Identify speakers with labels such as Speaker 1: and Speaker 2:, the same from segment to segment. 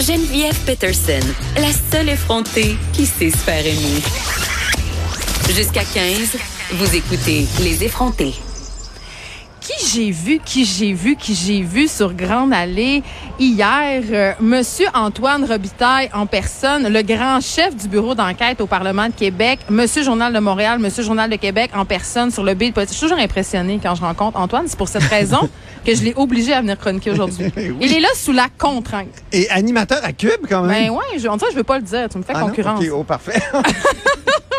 Speaker 1: Geneviève Peterson, la seule effrontée qui sait se faire aimer. Jusqu'à 15, vous écoutez Les effrontés.
Speaker 2: Qui j'ai vu, qui j'ai vu, qui j'ai vu sur Grande Allée hier, euh, Monsieur Antoine Robitaille en personne, le grand chef du bureau d'enquête au Parlement de Québec, Monsieur Journal de Montréal, Monsieur Journal de Québec en personne sur le bill. Je suis toujours impressionnée quand je rencontre Antoine. C'est pour cette raison que je l'ai obligé à venir chroniquer aujourd'hui.
Speaker 3: Oui.
Speaker 2: Il est là sous la contrainte.
Speaker 3: Et animateur à Cube, quand même.
Speaker 2: Ben ouais, je, en tout cas, je veux pas le dire. Tu me fais
Speaker 3: Ah non?
Speaker 2: concurrence.
Speaker 3: OK, oh, parfait.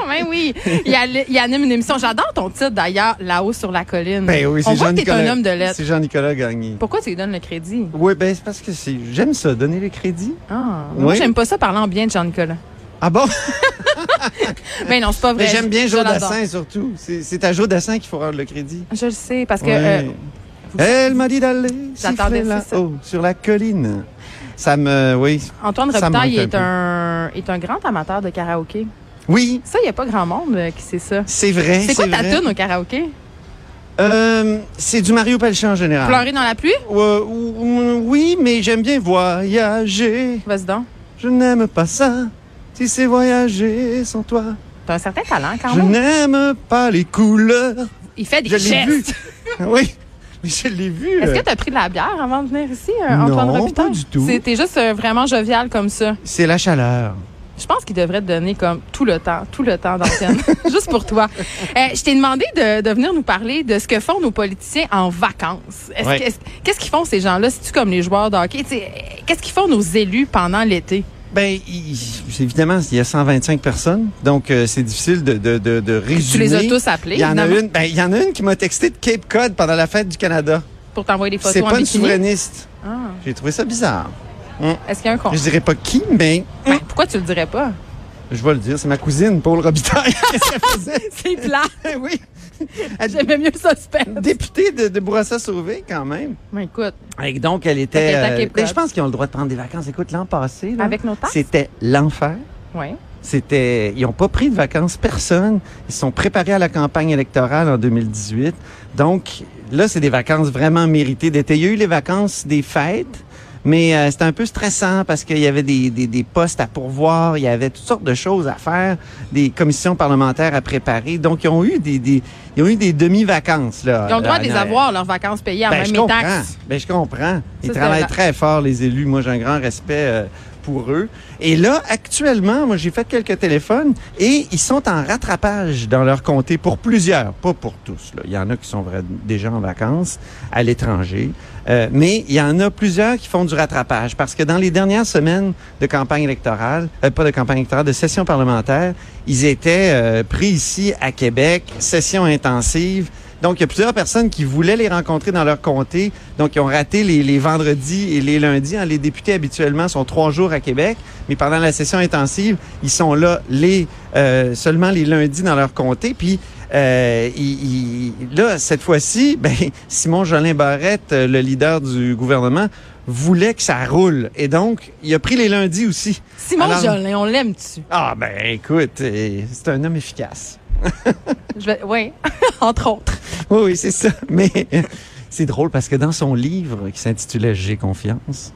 Speaker 2: Ben oui, il, allait- il anime une émission. J'adore ton titre d'ailleurs, là-haut sur la colline.
Speaker 3: ben oui,
Speaker 2: On
Speaker 3: c'est
Speaker 2: voit que t'es
Speaker 3: Jean-Nicolas.
Speaker 2: un homme de lettres.
Speaker 3: C'est Jean-Nicolas Gagné.
Speaker 2: Pourquoi tu lui donnes le crédit?
Speaker 3: Oui, ben c'est parce que c'est j'aime ça, donner les crédits.
Speaker 2: Ah, moi,
Speaker 3: Oui.
Speaker 2: j'aime pas ça parlant bien de Jean-Nicolas.
Speaker 3: Ah bon?
Speaker 2: Mais non, c'est pas vrai.
Speaker 3: Mais j'aime bien
Speaker 2: Ben, Je- je
Speaker 3: Joe
Speaker 2: l'adore.
Speaker 3: Dassin, surtout. C'est c'est à Joe Dassin qu'il faut rendre le crédit.
Speaker 2: Je le sais, parce que
Speaker 3: Ouais.
Speaker 2: euh, vous-
Speaker 3: Elle m'a dit d'aller
Speaker 2: J'attendais,
Speaker 3: siffler
Speaker 2: c'est ça.
Speaker 3: là-haut, sur la colline. Ça me... Oui.
Speaker 2: Antoine
Speaker 3: Ça me
Speaker 2: Robitaille
Speaker 3: manque
Speaker 2: est un, est un grand amateur de karaoké.
Speaker 3: Oui,
Speaker 2: Ça, il n'y a pas grand monde euh, qui sait ça.
Speaker 3: c'est vrai.
Speaker 2: C'est quoi ta
Speaker 3: vrai.
Speaker 2: tune au karaoké?
Speaker 3: Euh, c'est du Mario Pelchin en général.
Speaker 2: Pleurer dans la pluie?
Speaker 3: Euh, ou- ou- oui, mais j'aime bien voyager.
Speaker 2: Vas-y donc.
Speaker 3: Je n'aime pas ça. Si c'est voyager sans toi.
Speaker 2: T'as un certain talent quand
Speaker 3: je
Speaker 2: même.
Speaker 3: n'aime pas les couleurs.
Speaker 2: Il fait des
Speaker 3: Je l'ai vu.
Speaker 2: gestes.
Speaker 3: oui, mais je l'ai vu.
Speaker 2: Est-ce
Speaker 3: euh,
Speaker 2: que t'as pris de la bière avant de venir ici, euh, Antoine
Speaker 3: Non,
Speaker 2: Robitaille?
Speaker 3: pas du tout.
Speaker 2: C'était juste euh, vraiment jovial comme ça.
Speaker 3: C'est la chaleur.
Speaker 2: Je pense qu'il devrait te donner comme tout le temps, tout le temps d'antenne, juste pour toi. Euh, je t'ai demandé de, de venir nous parler de ce que font nos politiciens en vacances. Est-ce
Speaker 3: Ouais.
Speaker 2: que- est-ce- Qu'est-ce qu'ils font ces gens-là? C'est-tu comme les joueurs de hockey? Tu sais, euh, Qu'est-ce qu'ils font nos élus pendant l'été?
Speaker 3: Ben, il- il- évidemment, il y a 125 personnes, donc euh, c'est difficile de, de, de, de résumer.
Speaker 2: Tu les as tous appelés,
Speaker 3: Il y en a
Speaker 2: évidemment,
Speaker 3: une. Ben, il y en a une qui m'a texté de Cape Cod pendant la fête du Canada.
Speaker 2: pour t'envoyer des photos
Speaker 3: C'est
Speaker 2: en
Speaker 3: pas une
Speaker 2: bikini.
Speaker 3: souverainiste.
Speaker 2: Ah.
Speaker 3: J'ai trouvé ça bizarre.
Speaker 2: Est-ce qu'il y a un con?
Speaker 3: Je dirais pas qui, mais
Speaker 2: Ben, pourquoi tu le dirais pas?
Speaker 3: je vais le dire. C'est ma cousine, Paul Robitaille. Qu'est-ce qu'elle faisait?
Speaker 2: C'est plat.
Speaker 3: Eh oui. Elle-
Speaker 2: J'aimais mieux le suspect.
Speaker 3: Députée de, de Bourassa-Sauvé, quand même.
Speaker 2: Mais Ben, écoute,
Speaker 3: Et donc, elle
Speaker 2: Fait
Speaker 3: était.
Speaker 2: qu'elle était à
Speaker 3: euh,
Speaker 2: Cape
Speaker 3: ben,
Speaker 2: Cod.
Speaker 3: je pense qu'ils ont le droit de prendre des vacances. Écoute, l'an passé, là,
Speaker 2: avec nos taxes?
Speaker 3: c'était l'enfer.
Speaker 2: Oui.
Speaker 3: Euh, C'était, ils n'ont pas pris de vacances, personne. Ils se sont préparés à la campagne électorale en 2018. Donc, là, c'est des vacances vraiment méritées d'été. Il y a eu les vacances des fêtes, mais euh, c'était un peu stressant parce qu'il y avait des, des, des postes à pourvoir, il y avait toutes sortes de choses à faire, des commissions parlementaires à préparer. Donc, ils ont eu des, des, ils ont eu des demi-vacances. Là,
Speaker 2: Ils ont le droit
Speaker 3: Là,
Speaker 2: de les
Speaker 3: là,
Speaker 2: avoir, leurs vacances payées, en
Speaker 3: ben,
Speaker 2: même
Speaker 3: je
Speaker 2: mes
Speaker 3: comprends.
Speaker 2: taxes.
Speaker 3: Ben, je comprends. Ils
Speaker 2: Ça, c'est
Speaker 3: travaillent
Speaker 2: la-
Speaker 3: très fort, les élus. Moi, j'ai un grand respect euh, pour eux. Et là, actuellement, moi, j'ai fait quelques téléphones et ils sont en rattrapage dans leur comté pour plusieurs, pas pour tous. là. Il y en a qui sont vra- déjà en vacances à l'étranger. Euh, mais il y en a plusieurs qui font du rattrapage parce que dans les dernières semaines de campagne électorale, euh, pas de campagne électorale, de session parlementaire, ils étaient euh, pris ici à Québec, session intensive. Donc, il y a plusieurs personnes qui voulaient les rencontrer dans leur comté. Donc, ils ont raté les, les vendredis et les lundis. hein. Les députés, habituellement, sont trois jours à Québec. Mais pendant la session intensive, ils sont là les euh, seulement les lundis dans leur comté. Puis, euh, il- il- là, cette fois-ci, ben, Simon Jolin Barrette, euh, le leader du gouvernement, voulait que ça roule. Et donc, il a pris les lundis aussi.
Speaker 2: Simon
Speaker 3: Alors-
Speaker 2: Jolin, on l'aime-tu?
Speaker 3: Ah, ben, écoute, euh, c'est un homme efficace.
Speaker 2: Je vais- Oui, entre autres.
Speaker 3: Oui, oui, c'est ça. Mais c'est drôle parce que dans son livre qui s'intitulait J'ai confiance,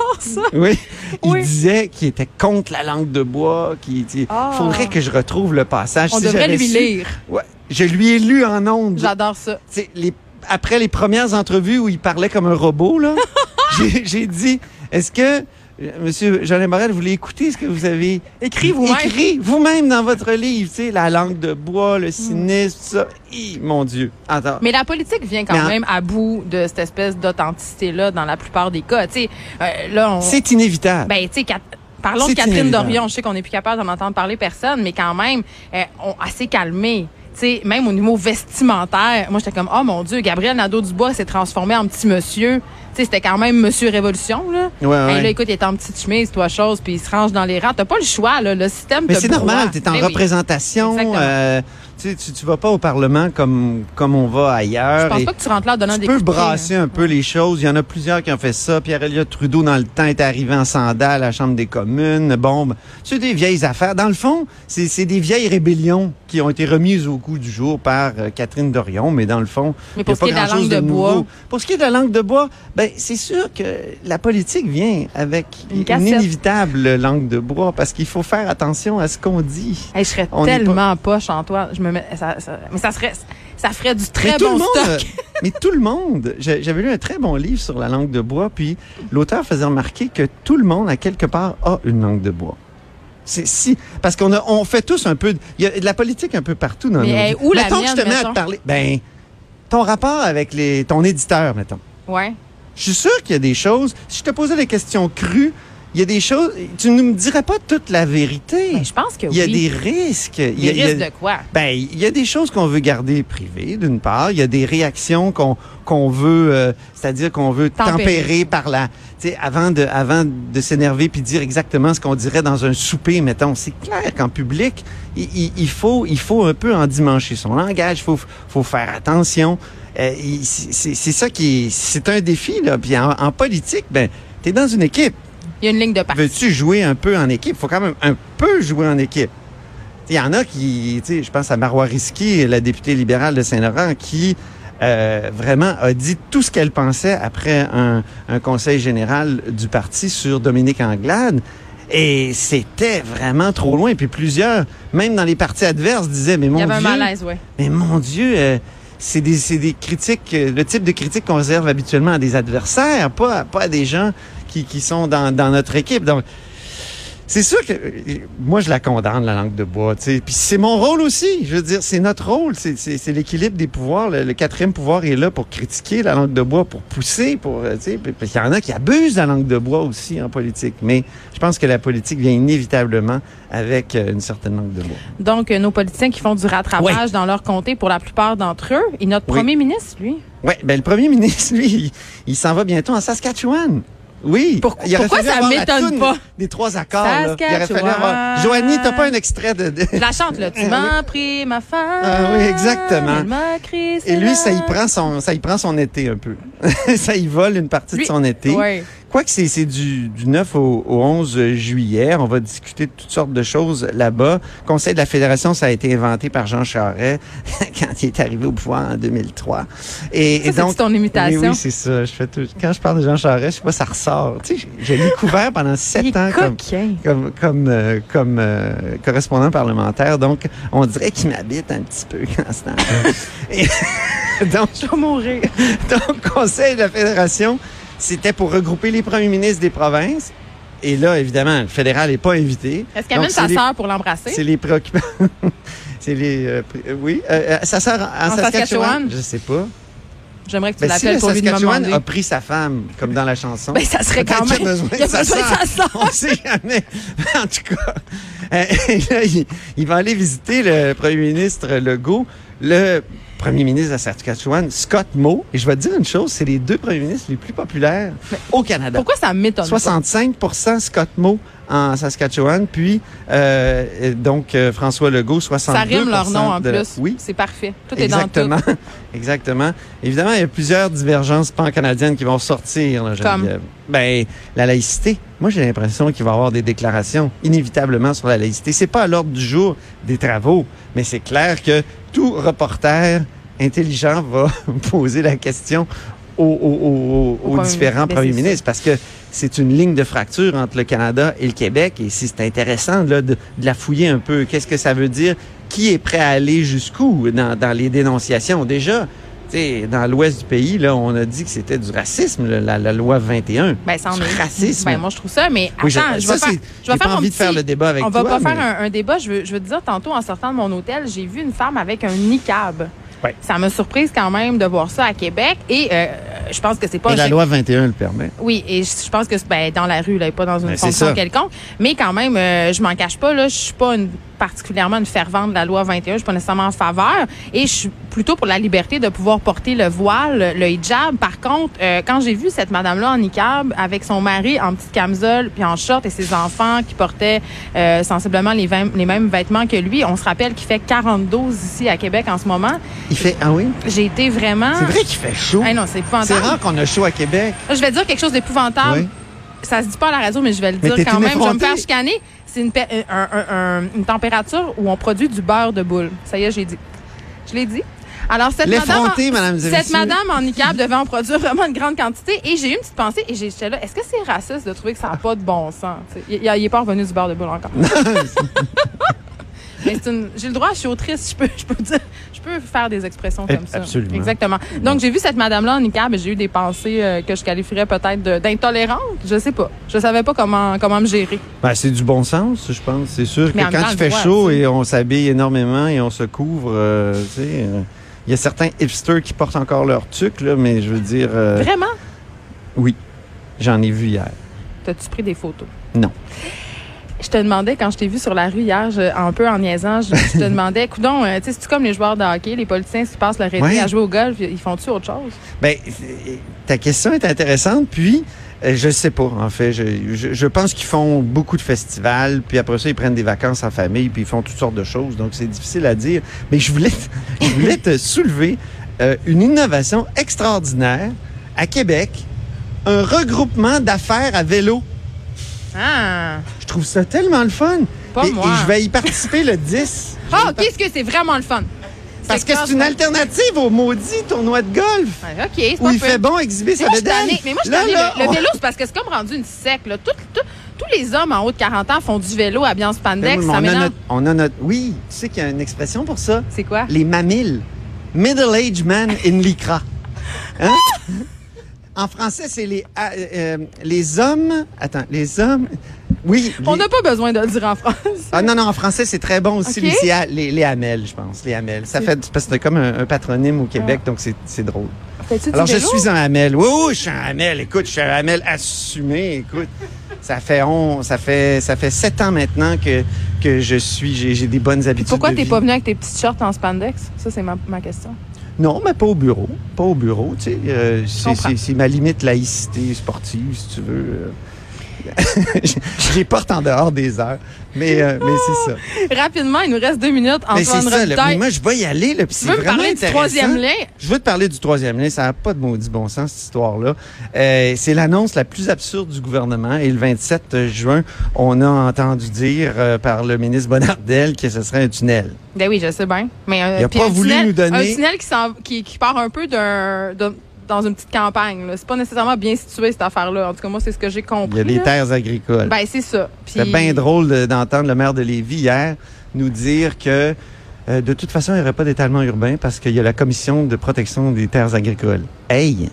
Speaker 2: Oh, ça!
Speaker 3: oui, il
Speaker 2: Oui.
Speaker 3: disait qu'il était contre la langue de bois, qu'il il
Speaker 2: Ah.
Speaker 3: faudrait que je retrouve le passage.
Speaker 2: On
Speaker 3: Si
Speaker 2: devrait
Speaker 3: j'avais
Speaker 2: lui
Speaker 3: su-
Speaker 2: lire.
Speaker 3: Ouais, je lui ai lu en ondes.
Speaker 2: J'adore ça.
Speaker 3: Tu sais, les- après les premières entrevues où il parlait comme un robot, là, j'ai j'ai dit, est-ce que euh, Monsieur Jolin Morel, vous l'écoutez, ce que vous avez
Speaker 2: Écrit vous-même.
Speaker 3: écrit vous-même dans votre livre, tu sais, la langue de bois,
Speaker 2: Hmm.
Speaker 3: le cynisme, tout ça. Hi, mon Dieu. Attends.
Speaker 2: Mais la politique vient quand
Speaker 3: Mais en-
Speaker 2: même à bout de cette espèce d'authenticité-là dans la plupart des cas. Tu sais, euh, là, on.
Speaker 3: C'est inévitable.
Speaker 2: Ben, tu sais, Cat- Parlons de
Speaker 3: C'est
Speaker 2: Catherine
Speaker 3: inévitable.
Speaker 2: Dorion. Je sais qu'on n'est plus capable d'en entendre parler personne, mais quand même, euh, on a s'est calmé. Tu sais, même au niveau vestimentaire, moi, j'étais comme, oh mon Dieu, Gabriel Nadeau-Dubois s'est transformé en petit monsieur. Tu sais, c'était quand même Monsieur Révolution, là.
Speaker 3: Ouais, ouais.
Speaker 2: Ben là, écoute, il est en petite chemise, toi, chose, puis il se range dans les rangs. T'as pas le choix, là. Le système
Speaker 3: Mais
Speaker 2: te
Speaker 3: c'est
Speaker 2: broie.
Speaker 3: normal, tu es en
Speaker 2: Ben oui.
Speaker 3: représentation,
Speaker 2: Exactement.
Speaker 3: euh, tu tu sais, tu- tu vas pas au Parlement comme, comme on va ailleurs.
Speaker 2: Je pense
Speaker 3: et-
Speaker 2: pas que tu rentres là en donnant
Speaker 3: tu
Speaker 2: des
Speaker 3: peux
Speaker 2: coups de hein. pied,
Speaker 3: brasser
Speaker 2: là.
Speaker 3: un peu les choses. Il y en a plusieurs qui ont fait ça. Pierre-Éliott Trudeau, dans le temps, est arrivé en sandales à la Chambre des communes. Bon, ben, c'est des vieilles affaires. Dans le fond, c'est c'est des vieilles rébellions qui ont été remises au goût du jour par euh, Catherine Dorion, mais dans le fond,
Speaker 2: Mais
Speaker 3: il y a
Speaker 2: pour ce qui est de la
Speaker 3: grand-chose
Speaker 2: langue de bois.
Speaker 3: nouveau. Pour ce qui est de la langue de bois, ben, c'est sûr que la politique vient avec
Speaker 2: Une
Speaker 3: une,
Speaker 2: cassette.
Speaker 3: inévitable langue de bois parce qu'il faut faire attention à ce qu'on dit.
Speaker 2: Hey, je serais
Speaker 3: On est pas-
Speaker 2: tellement poche, Antoine. Je me mets, ça, ça- mais ça serait, ça ferait du très
Speaker 3: mais tout
Speaker 2: bon
Speaker 3: le monde,
Speaker 2: stock.
Speaker 3: euh, mais tout le monde, j'ai- j'avais lu un très bon livre sur la langue de bois, puis l'auteur faisait remarquer que tout le monde, à quelque part, a une langue de bois. C'est si parce qu'on a, on fait tous un peu, de- il y a de la politique un peu partout dans
Speaker 2: Mais,
Speaker 3: nos
Speaker 2: hey,
Speaker 3: vies.
Speaker 2: où la
Speaker 3: Mettons que je
Speaker 2: mienne,
Speaker 3: te mets à
Speaker 2: mettons?
Speaker 3: te parler, ben ton rapport avec les, ton éditeur, mettons.
Speaker 2: Ouais.
Speaker 3: Je suis sûr qu'il y a des choses. Si je te posais des questions crues, il y a des choses. Tu ne me dirais pas toute la vérité.
Speaker 2: Mais Ben, je pense que
Speaker 3: il y a
Speaker 2: oui.
Speaker 3: des risques.
Speaker 2: Des
Speaker 3: il y a, il y a-
Speaker 2: risques de quoi?
Speaker 3: ben, il y a des choses qu'on veut garder privées, d'une part. Il y a des réactions qu'on qu'on veut, euh, c'est-à-dire qu'on veut
Speaker 2: Tempérer.
Speaker 3: tempérer, par la, tu sais, avant de, avant de s'énerver puis dire exactement ce qu'on dirait dans un souper, mettons. C'est clair qu'en public, il, il- il faut, il faut un peu endimancher son langage. Faut, faut faire attention. Euh, il- c'est c'est- c'est ça qui, est- c'est un défi là. Puis en, en politique, ben, t'es dans une équipe.
Speaker 2: Il y a une ligne de parti.
Speaker 3: Veux-tu jouer un peu en équipe? faut quand même un peu jouer en équipe. Il y en a qui, tu sais, je pense à Marois Risky, la députée libérale de Saint-Laurent, qui euh, vraiment a dit tout ce qu'elle pensait après un, un conseil général du parti sur Dominique Anglade. Et c'était vraiment trop loin. Puis plusieurs, même dans les partis adverses, disaient, mais
Speaker 2: Il
Speaker 3: mon
Speaker 2: y avait un
Speaker 3: Dieu,
Speaker 2: malaise, ouais.
Speaker 3: mais mon Dieu, euh, c'est des, c'est des critiques, euh, le type de critiques qu'on réserve habituellement à des adversaires, pas, à- pas à des gens qui, qui sont dans, dans notre équipe. Donc, c'est sûr que euh, moi, je la condamne, la langue de bois. tu sais. Puis c'est mon rôle aussi. Je veux dire, c'est notre rôle. C'est, c'est- c'est l'équilibre des pouvoirs. Le, le quatrième pouvoir est là pour critiquer la langue de bois, pour pousser. Pour, euh, tu sais. Puis- puis il y en a qui abusent de la langue de bois aussi en politique. Mais je pense que la politique vient inévitablement avec euh, une certaine langue de bois.
Speaker 2: Donc, euh, nos politiciens qui font du rattrapage
Speaker 3: Ouais.
Speaker 2: dans leur comté pour la plupart d'entre eux. Et notre
Speaker 3: Oui.
Speaker 2: premier ministre, lui.
Speaker 3: Oui, ben le premier ministre, lui, il, il s'en va bientôt en Saskatchewan. Oui.
Speaker 2: Pourquoi-
Speaker 3: Il aurait
Speaker 2: pourquoi
Speaker 3: fallu
Speaker 2: ça
Speaker 3: avoir la
Speaker 2: m'étonne
Speaker 3: toune
Speaker 2: pas?
Speaker 3: Des trois accords. là. Il aurait fallu avoir.
Speaker 2: Saskatchewan.
Speaker 3: Joanie, t'as pas un extrait de. de-
Speaker 2: Je la chante, là. Tu m'as pris ma femme.
Speaker 3: Ah oui, exactement.
Speaker 2: Elle m'a créé
Speaker 3: Et
Speaker 2: cela.
Speaker 3: lui, ça y prend son, ça y prend son été un peu. ça y vole une partie
Speaker 2: Lui-
Speaker 3: de son été.
Speaker 2: Ouais.
Speaker 3: Quoique c'est, c'est du, du 9 au, au 11 juillet, on va discuter de toutes sortes de choses là-bas. Conseil de la Fédération, ça a été inventé par Jean Charest quand il est arrivé au pouvoir en 2003. Et,
Speaker 2: Ça, c'est ton imitation.
Speaker 3: Oui, oui, c'est ça. Je fais tout- Quand je parle de Jean Charest, je sais pas, ça ressort. Tu sais, je je l'ai couvert pendant
Speaker 2: Il hein.
Speaker 3: sept ans
Speaker 2: est
Speaker 3: comme,
Speaker 2: coquin.
Speaker 3: comme, comme, euh, comme euh, correspondant parlementaire. Donc, on dirait qu'il m'habite un petit peu en ce temps donc, je vais mourir. Donc, Conseil de la Fédération, c'était pour regrouper les premiers ministres des provinces. Et là, évidemment, le fédéral n'est pas invité.
Speaker 2: Est-ce qu'elle
Speaker 3: Donc,
Speaker 2: amène sa
Speaker 3: c'est les-
Speaker 2: sœur pour
Speaker 3: C'est
Speaker 2: l'embrasser?
Speaker 3: les préoccupants. c'est les. euh, pré- euh, oui. Euh, euh, sa sœur en,
Speaker 2: En
Speaker 3: Saskatchewan?
Speaker 2: Saskatchewan?
Speaker 3: Je sais pas.
Speaker 2: J'aimerais que tu
Speaker 3: Ben, si
Speaker 2: l'appelles
Speaker 3: le
Speaker 2: pour lui
Speaker 3: Saskatchewan
Speaker 2: demander.
Speaker 3: a pris sa femme, comme dans la chanson.
Speaker 2: Ben, ça serait
Speaker 3: Peut-être
Speaker 2: quand même.
Speaker 3: qu'il a besoin de
Speaker 2: il a
Speaker 3: sa
Speaker 2: besoin de
Speaker 3: sœur.
Speaker 2: sa sœur.
Speaker 3: On sait jamais. En tout cas, euh, là, il, il va aller visiter le premier ministre Legault, le premier ministre de la Saskatchewan, Scott Moe. Et je vais te dire une chose, c'est les deux premiers ministres les plus populaires au Canada.
Speaker 2: Pourquoi ça m'étonne? pas?
Speaker 3: 65 Scott Moe en Saskatchewan, puis euh, et donc euh, François Legault, 62
Speaker 2: Ça rime leur nom en
Speaker 3: de-
Speaker 2: plus.
Speaker 3: Oui,
Speaker 2: C'est parfait. Tout est dans
Speaker 3: Exactement.
Speaker 2: tout.
Speaker 3: Exactement. Évidemment, il y a plusieurs divergences pan-canadiennes qui vont sortir. Là,
Speaker 2: Comme?
Speaker 3: Geneviève. Ben, la laïcité. Moi, j'ai l'impression qu'il va y avoir des déclarations inévitablement sur la laïcité. C'est pas à l'ordre du jour des travaux, mais c'est clair que tout reporter intelligent va poser la question aux, aux- aux-
Speaker 2: Au
Speaker 3: aux
Speaker 2: premier
Speaker 3: différents
Speaker 2: ministre. Ben,
Speaker 3: premiers
Speaker 2: c'est
Speaker 3: ministres parce que c'est une ligne de fracture entre le Canada et le Québec. Et si c'est intéressant là, de, de la fouiller un peu, qu'est-ce que ça veut dire? Qui est prêt à aller jusqu'où dans, dans les dénonciations? Déjà, tu sais, dans l'ouest du pays, là, on a dit que c'était du racisme, là, la, la loi 21.
Speaker 2: Ben, ça en
Speaker 3: Du
Speaker 2: est.
Speaker 3: racisme.
Speaker 2: Ben, moi, je trouve ça, mais attends,
Speaker 3: Oui,
Speaker 2: je, vais faire,
Speaker 3: ça, c'est-
Speaker 2: je vais
Speaker 3: j'ai
Speaker 2: faire
Speaker 3: pas
Speaker 2: mon
Speaker 3: envie de faire
Speaker 2: petit-
Speaker 3: le débat avec
Speaker 2: On
Speaker 3: toi.
Speaker 2: va pas
Speaker 3: mais-
Speaker 2: faire un, un débat. Je veux, je veux te dire, tantôt, en sortant de mon hôtel, j'ai vu une femme avec un niqab.
Speaker 3: Ouais.
Speaker 2: Ça m'a surprise quand même de voir ça à Québec. Et euh, je pense que c'est pas...
Speaker 3: Mais la
Speaker 2: je-
Speaker 3: loi 21 le permet.
Speaker 2: Oui, et je je pense que c'est ben, dans la rue, là, et pas dans une
Speaker 3: Mais c'est
Speaker 2: fonction
Speaker 3: ça.
Speaker 2: quelconque. Mais quand même, euh, je m'en cache pas, là, je suis pas une particulièrement une fervente de la loi 21. Je suis pas nécessairement en faveur et je suis plutôt pour la liberté de pouvoir porter le voile, le hijab. Par contre, euh, quand j'ai vu cette madame-là en niqab avec son mari en petite camisole puis en short et ses enfants qui portaient euh, sensiblement les, vin- les mêmes vêtements que lui, on se rappelle qu'il fait 42 ici à Québec en ce moment.
Speaker 3: Il fait, ah oui?
Speaker 2: J'ai été vraiment...
Speaker 3: C'est vrai qu'il fait chaud.
Speaker 2: Ah non, c'est
Speaker 3: C'est
Speaker 2: épouvantable.
Speaker 3: rare qu'on a chaud à Québec.
Speaker 2: Là, je vais dire quelque chose d'épouvantable.
Speaker 3: Oui.
Speaker 2: Ça se dit pas à la radio, mais je vais le
Speaker 3: Mais
Speaker 2: dire
Speaker 3: t'es
Speaker 2: quand
Speaker 3: une
Speaker 2: même. Je vais me
Speaker 3: effrontée.
Speaker 2: faire chicaner. C'est une, pe- un- un- un- une température où on produit du beurre de boule. Ça y est, j'ai dit. Je l'ai dit. Alors, cette madame,
Speaker 3: L'effronté, madame
Speaker 2: en, cette madame en niqab devait en produire vraiment une grande quantité. Et j'ai eu une petite pensée et j'ai- j'étais là, est-ce que c'est raciste de trouver que ça n'a pas de bon sens? Tu sais, Il il- il est pas revenu du beurre de boule encore. Mais c'est une- j'ai le droit, je suis autrice, je peux, je peux dire, je peux faire des expressions
Speaker 3: Eh,
Speaker 2: comme ça.
Speaker 3: absolument.
Speaker 2: Exactement. Donc j'ai vu cette madame-là en niqab et j'ai eu des pensées euh, que je qualifierais peut-être de- d'intolérante. Je sais pas. Je savais pas comment comment me gérer.
Speaker 3: Ben, c'est du bon sens, je pense. C'est sûr
Speaker 2: Mais en même
Speaker 3: que
Speaker 2: temps,
Speaker 3: quand il
Speaker 2: le
Speaker 3: fait
Speaker 2: droit,
Speaker 3: chaud
Speaker 2: tu sais.
Speaker 3: et on s'habille énormément et on se couvre, euh, tu sais, euh, il y a certains hipsters qui portent encore leur tuque, là, mais je veux dire, euh,
Speaker 2: Vraiment?
Speaker 3: j'en ai vu hier.
Speaker 2: T'as-tu pris des photos?
Speaker 3: Non.
Speaker 2: Je te demandais, quand je t'ai vu sur la rue hier, je- un peu en niaisant, je, je te demandais, coudon, euh, tu sais, c'est-tu comme les joueurs de hockey, les politiciens qui passent leur été
Speaker 3: Ouais.
Speaker 2: à jouer au golf, ils font-tu autre chose?
Speaker 3: Ben, c'est- ta question est intéressante, puis euh, je sais pas, en fait. Je, je, je pense qu'ils font beaucoup de festivals, puis après ça, ils prennent des vacances en famille, puis ils font toutes sortes de choses, donc c'est difficile à dire. Mais je voulais, te- je voulais te soulever euh, une innovation extraordinaire à Québec, un regroupement d'affaires à vélo.
Speaker 2: Ah!
Speaker 3: Je trouve ça tellement le fun.
Speaker 2: Pas
Speaker 3: et,
Speaker 2: moi.
Speaker 3: et je vais y participer le 10.
Speaker 2: Ah, qu'est-ce que c'est vraiment le fun?
Speaker 3: Parce que c'est
Speaker 2: classe,
Speaker 3: une
Speaker 2: moi.
Speaker 3: alternative au maudit tournoi de golf.
Speaker 2: Ouais, OK, c'est
Speaker 3: Où
Speaker 2: pas
Speaker 3: il
Speaker 2: peu.
Speaker 3: fait bon exhiber
Speaker 2: Mais
Speaker 3: sa
Speaker 2: moi, je suis
Speaker 3: bédaine.
Speaker 2: tannée. Mais moi, je suis
Speaker 3: Là,
Speaker 2: tannée.
Speaker 3: là,
Speaker 2: Le, le
Speaker 3: on-
Speaker 2: vélo, c'est parce que c'est comme rendu une sec. Là. Tout- tout- tous les hommes en haut de 40 ans font du vélo à bien
Speaker 3: Ben
Speaker 2: spandex.
Speaker 3: oui, mais
Speaker 2: ça
Speaker 3: on, a
Speaker 2: m'énerve.
Speaker 3: notre, on a notre- Oui, tu sais qu'il y a une expression pour ça.
Speaker 2: C'est quoi?
Speaker 3: Les mamilles. Middle-aged man in lycra. Hein? en français, c'est les, ah, euh, les hommes. Attends, les hommes. Oui.
Speaker 2: On
Speaker 3: les-
Speaker 2: n'a pas besoin de le dire en France.
Speaker 3: Ah non, non, en français, c'est très bon aussi,
Speaker 2: Ok.
Speaker 3: les, CA les, les hamels, je pense. Les hamels. Ça fait, parce que c'est comme un, un patronyme au Québec,
Speaker 2: Ah.
Speaker 3: donc c'est- c'est drôle.
Speaker 2: Fais-tu du
Speaker 3: Alors, je
Speaker 2: vélo?
Speaker 3: suis un Hamel. Oui, oui, je suis un Hamel. Écoute, je suis un Hamel assumé. Écoute, ça fait on, ça fait ça fait sept ans maintenant que que je suis. J'ai j'ai des bonnes habitudes.
Speaker 2: Pourquoi
Speaker 3: de
Speaker 2: t'es
Speaker 3: vie.
Speaker 2: pas venu avec tes petites shorts en spandex? Ça, c'est ma, ma question.
Speaker 3: Non, mais pas au bureau. Pas au bureau. Tu sais, euh, c'est-
Speaker 2: comprends.
Speaker 3: c'est c'est ma limite laïcité sportive, si tu veux. euh. je les porte en dehors des heures. Mais euh, mais c'est ça.
Speaker 2: Rapidement, il nous reste deux minutes.
Speaker 3: mais c'est
Speaker 2: Antoine
Speaker 3: ça. là. Mais
Speaker 2: Robitaille,
Speaker 3: moi, je vais y aller. Là, puis
Speaker 2: tu
Speaker 3: c'est
Speaker 2: veux me
Speaker 3: vraiment
Speaker 2: parler du
Speaker 3: intéressant.
Speaker 2: troisième lien?
Speaker 3: Je veux te parler du troisième lien. Ça n'a pas de maudit bon sens, cette histoire-là. Euh, c'est l'annonce la plus absurde du gouvernement. Et le 27 juin, on a entendu dire euh, par le ministre Bonnardel que ce serait un tunnel.
Speaker 2: Ben oui, je sais bien. Mais euh,
Speaker 3: Il a
Speaker 2: puis
Speaker 3: pas
Speaker 2: un
Speaker 3: voulu
Speaker 2: tunnel-
Speaker 3: nous donner-
Speaker 2: Un tunnel qui, s'en- qui, qui part un peu d'un, d'un- dans une petite campagne. là. C'est pas nécessairement bien situé, cette affaire-là. En tout cas, moi, c'est ce que j'ai
Speaker 3: Il
Speaker 2: compris.
Speaker 3: y a des
Speaker 2: là.
Speaker 3: terres agricoles.
Speaker 2: Ben, c'est ça.
Speaker 3: C'était
Speaker 2: Puis-
Speaker 3: bien drôle de- d'entendre le maire de Lévis hier nous dire que euh, de toute façon, il n'y aurait pas d'étalement urbain parce qu'il y a la commission de protection des terres agricoles. Hey!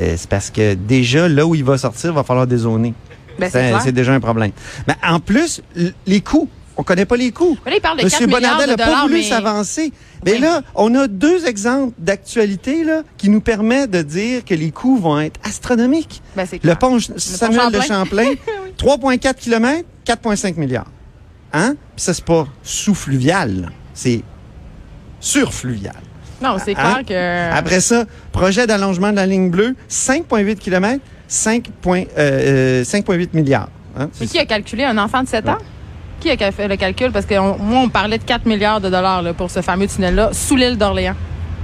Speaker 3: Euh, c'est parce que déjà, là où il va sortir, il va falloir dézoner.
Speaker 2: Ben, c'est
Speaker 3: Ça,
Speaker 2: clair.
Speaker 3: c'est déjà un problème. Mais en plus, l- les coûts. On connaît pas les coûts.
Speaker 2: Mais là, il parle de 4
Speaker 3: Monsieur
Speaker 2: milliards
Speaker 3: Bonardel
Speaker 2: de
Speaker 3: n'a pas
Speaker 2: dollars,
Speaker 3: voulu
Speaker 2: mais-
Speaker 3: s'avancer. Mais
Speaker 2: Oui.
Speaker 3: là, on a deux exemples d'actualité là, qui nous permettent de dire que les coûts vont être astronomiques.
Speaker 2: Ben, c'est
Speaker 3: Le
Speaker 2: clair.
Speaker 3: pont Ch- Samuel de Champlain, 3,4 km, 4,5 milliards. Hein? Puis ça, c'est pas sous-fluvial, là. c'est surfluvial.
Speaker 2: Non, c'est
Speaker 3: Hein?
Speaker 2: clair que.
Speaker 3: Après ça, projet d'allongement de la ligne bleue, 5,8 km, 5,8 euh, milliards. Hein?
Speaker 2: Mais qui a calculé un enfant de 7 ans? Qui a ca- fait le calcul? Parce que on- moi, on parlait de 4 milliards de dollars là, pour ce fameux tunnel-là sous l'île d'Orléans.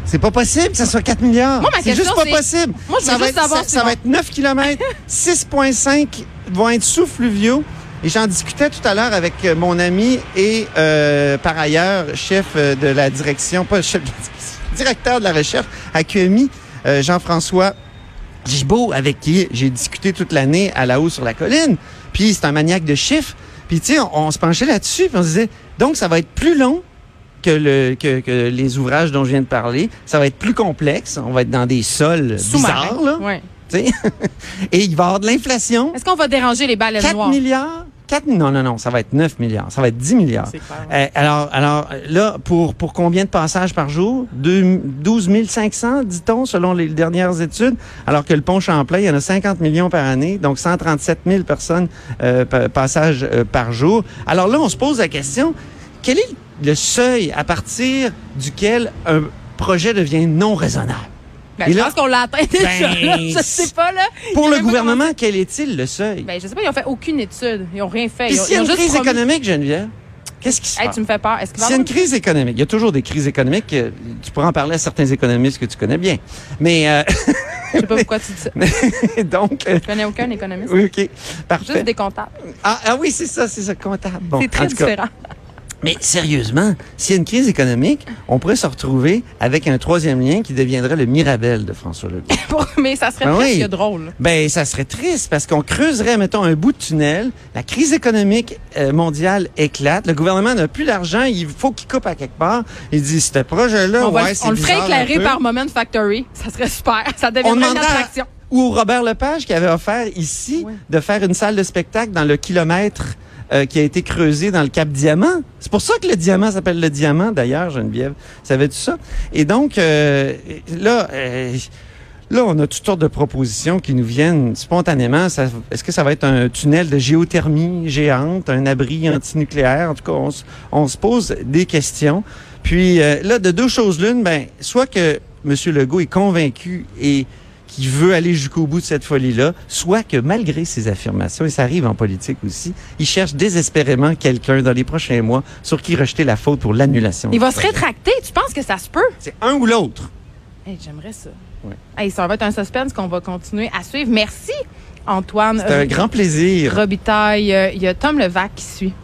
Speaker 3: C'est pas possible que ça soit 4 milliards.
Speaker 2: Moi, ma
Speaker 3: c'est
Speaker 2: question,
Speaker 3: juste pas
Speaker 2: c'est-
Speaker 3: possible.
Speaker 2: Moi, je veux
Speaker 3: ça va
Speaker 2: juste
Speaker 3: être,
Speaker 2: savoir
Speaker 3: ça,
Speaker 2: si
Speaker 3: ça
Speaker 2: mon-
Speaker 3: va être 9 km, 6,5 vont être sous fluviaux. Et j'en discutais tout à l'heure avec euh, mon ami et euh, par ailleurs chef euh, de la direction, pas chef, de la direction, directeur de la recherche à QMI, euh, Jean-François Gibault, avec qui j'ai discuté toute l'année à la haut sur la colline. Puis c'est un maniaque de chiffres. Puis tu sais, on, on se penchait là-dessus, puis on se disait, donc ça va être plus long que, le, que, que les ouvrages dont je viens de parler. Ça va être plus complexe. On va être dans des sols
Speaker 2: Sous-marin.
Speaker 3: bizarres, là.
Speaker 2: Ouais.
Speaker 3: tu sais. Et il va y avoir de l'inflation.
Speaker 2: Est-ce qu'on va déranger les balles
Speaker 3: 4
Speaker 2: noires?
Speaker 3: milliards? 4, non, non, non, ça va être 9 milliards. Ça va être 10 milliards.
Speaker 2: C'est clair.
Speaker 3: Euh, alors, alors euh, là, pour, pour combien de passages par jour? Deux- 12 500, dit-on, selon les dernières études, alors que le pont Champlain, il y en a 50 millions par année, donc 137 000 personnes euh, pa- passages euh, par jour. Alors là, on se pose la question, quel est le seuil à partir duquel un projet devient non raisonnable?
Speaker 2: Ben,
Speaker 3: Et
Speaker 2: je
Speaker 3: là-
Speaker 2: pense qu'on l'a atteint déjà. là. Je sais pas, là.
Speaker 3: Pour
Speaker 2: Il y a
Speaker 3: le
Speaker 2: même pas
Speaker 3: gouvernement, quel est-il le seuil?
Speaker 2: Ben, je sais pas, ils ont fait aucune étude. Ils ont rien fait.
Speaker 3: Puis
Speaker 2: Ils ont,
Speaker 3: s'il y a
Speaker 2: ils
Speaker 3: une
Speaker 2: ont juste
Speaker 3: crise
Speaker 2: promis-
Speaker 3: économique, Geneviève, qu'est-ce qui se
Speaker 2: Hey,
Speaker 3: passe?
Speaker 2: tu me fais peur. Est-ce qu'il va y
Speaker 3: S'il y
Speaker 2: avoir
Speaker 3: a une crise économique, il y a toujours des crises économiques. euh, Tu pourras en parler à certains économistes que tu connais bien. Mais euh,
Speaker 2: Je sais pas pourquoi tu dis ça.
Speaker 3: donc, euh,
Speaker 2: Je connais aucun économiste.
Speaker 3: oui, ok, parfait.
Speaker 2: Juste des comptables.
Speaker 3: Ah, ah oui, c'est ça, c'est ça, comptable. Bon,
Speaker 2: c'est très
Speaker 3: en tout cas,
Speaker 2: différent.
Speaker 3: Mais sérieusement, s'il y a une crise économique, on pourrait se retrouver avec un troisième lien qui deviendrait le Mirabel de François Legault.
Speaker 2: Pour- Mais ça serait
Speaker 3: Ben
Speaker 2: presque
Speaker 3: oui.
Speaker 2: drôle.
Speaker 3: Ben, ça serait triste parce qu'on creuserait, mettons, un bout de tunnel. La crise économique euh, mondiale éclate. Le gouvernement n'a plus d'argent. Il faut qu'il coupe à quelque part. Il dit, ce projet-là,
Speaker 2: on va
Speaker 3: ouais,
Speaker 2: le-
Speaker 3: c'est
Speaker 2: on le ferait
Speaker 3: bizarre un
Speaker 2: éclairer
Speaker 3: peu.
Speaker 2: par Moment Factory. Ça serait super. Ça
Speaker 3: On
Speaker 2: deviendrait une
Speaker 3: demandait à-
Speaker 2: attraction.
Speaker 3: ou Robert Lepage qui avait offert ici
Speaker 2: Ouais.
Speaker 3: de faire une salle de spectacle dans le kilomètre euh, qui a été creusé dans le Cap Diamant. C'est pour ça que le diamant s'appelle le diamant, d'ailleurs, Geneviève. Savais-tu ça? Et donc, euh, là, euh, là, on a toutes sortes de propositions qui nous viennent spontanément. Ça- Est-ce que ça va être un tunnel de géothermie géante, un abri antinucléaire? En tout cas, on, se- on se pose des questions. Puis euh, là, de deux choses l'une, ben, soit que M. Legault est convaincu et qui veut aller jusqu'au bout de cette folie-là, soit que malgré ses affirmations, et ça arrive en politique aussi, il cherche désespérément quelqu'un dans les prochains mois sur qui rejeter la faute pour l'annulation.
Speaker 2: Il
Speaker 3: du
Speaker 2: va se
Speaker 3: projet.
Speaker 2: rétracter. Tu penses que ça se peut?
Speaker 3: C'est un ou l'autre.
Speaker 2: Hey, J'aimerais ça.
Speaker 3: Ouais.
Speaker 2: Hey, ça va être un suspense qu'on va continuer à suivre. Merci, Antoine. Euh,
Speaker 3: C'est un grand plaisir.
Speaker 2: Robitaille. Euh, Il y a Tom Levac qui suit.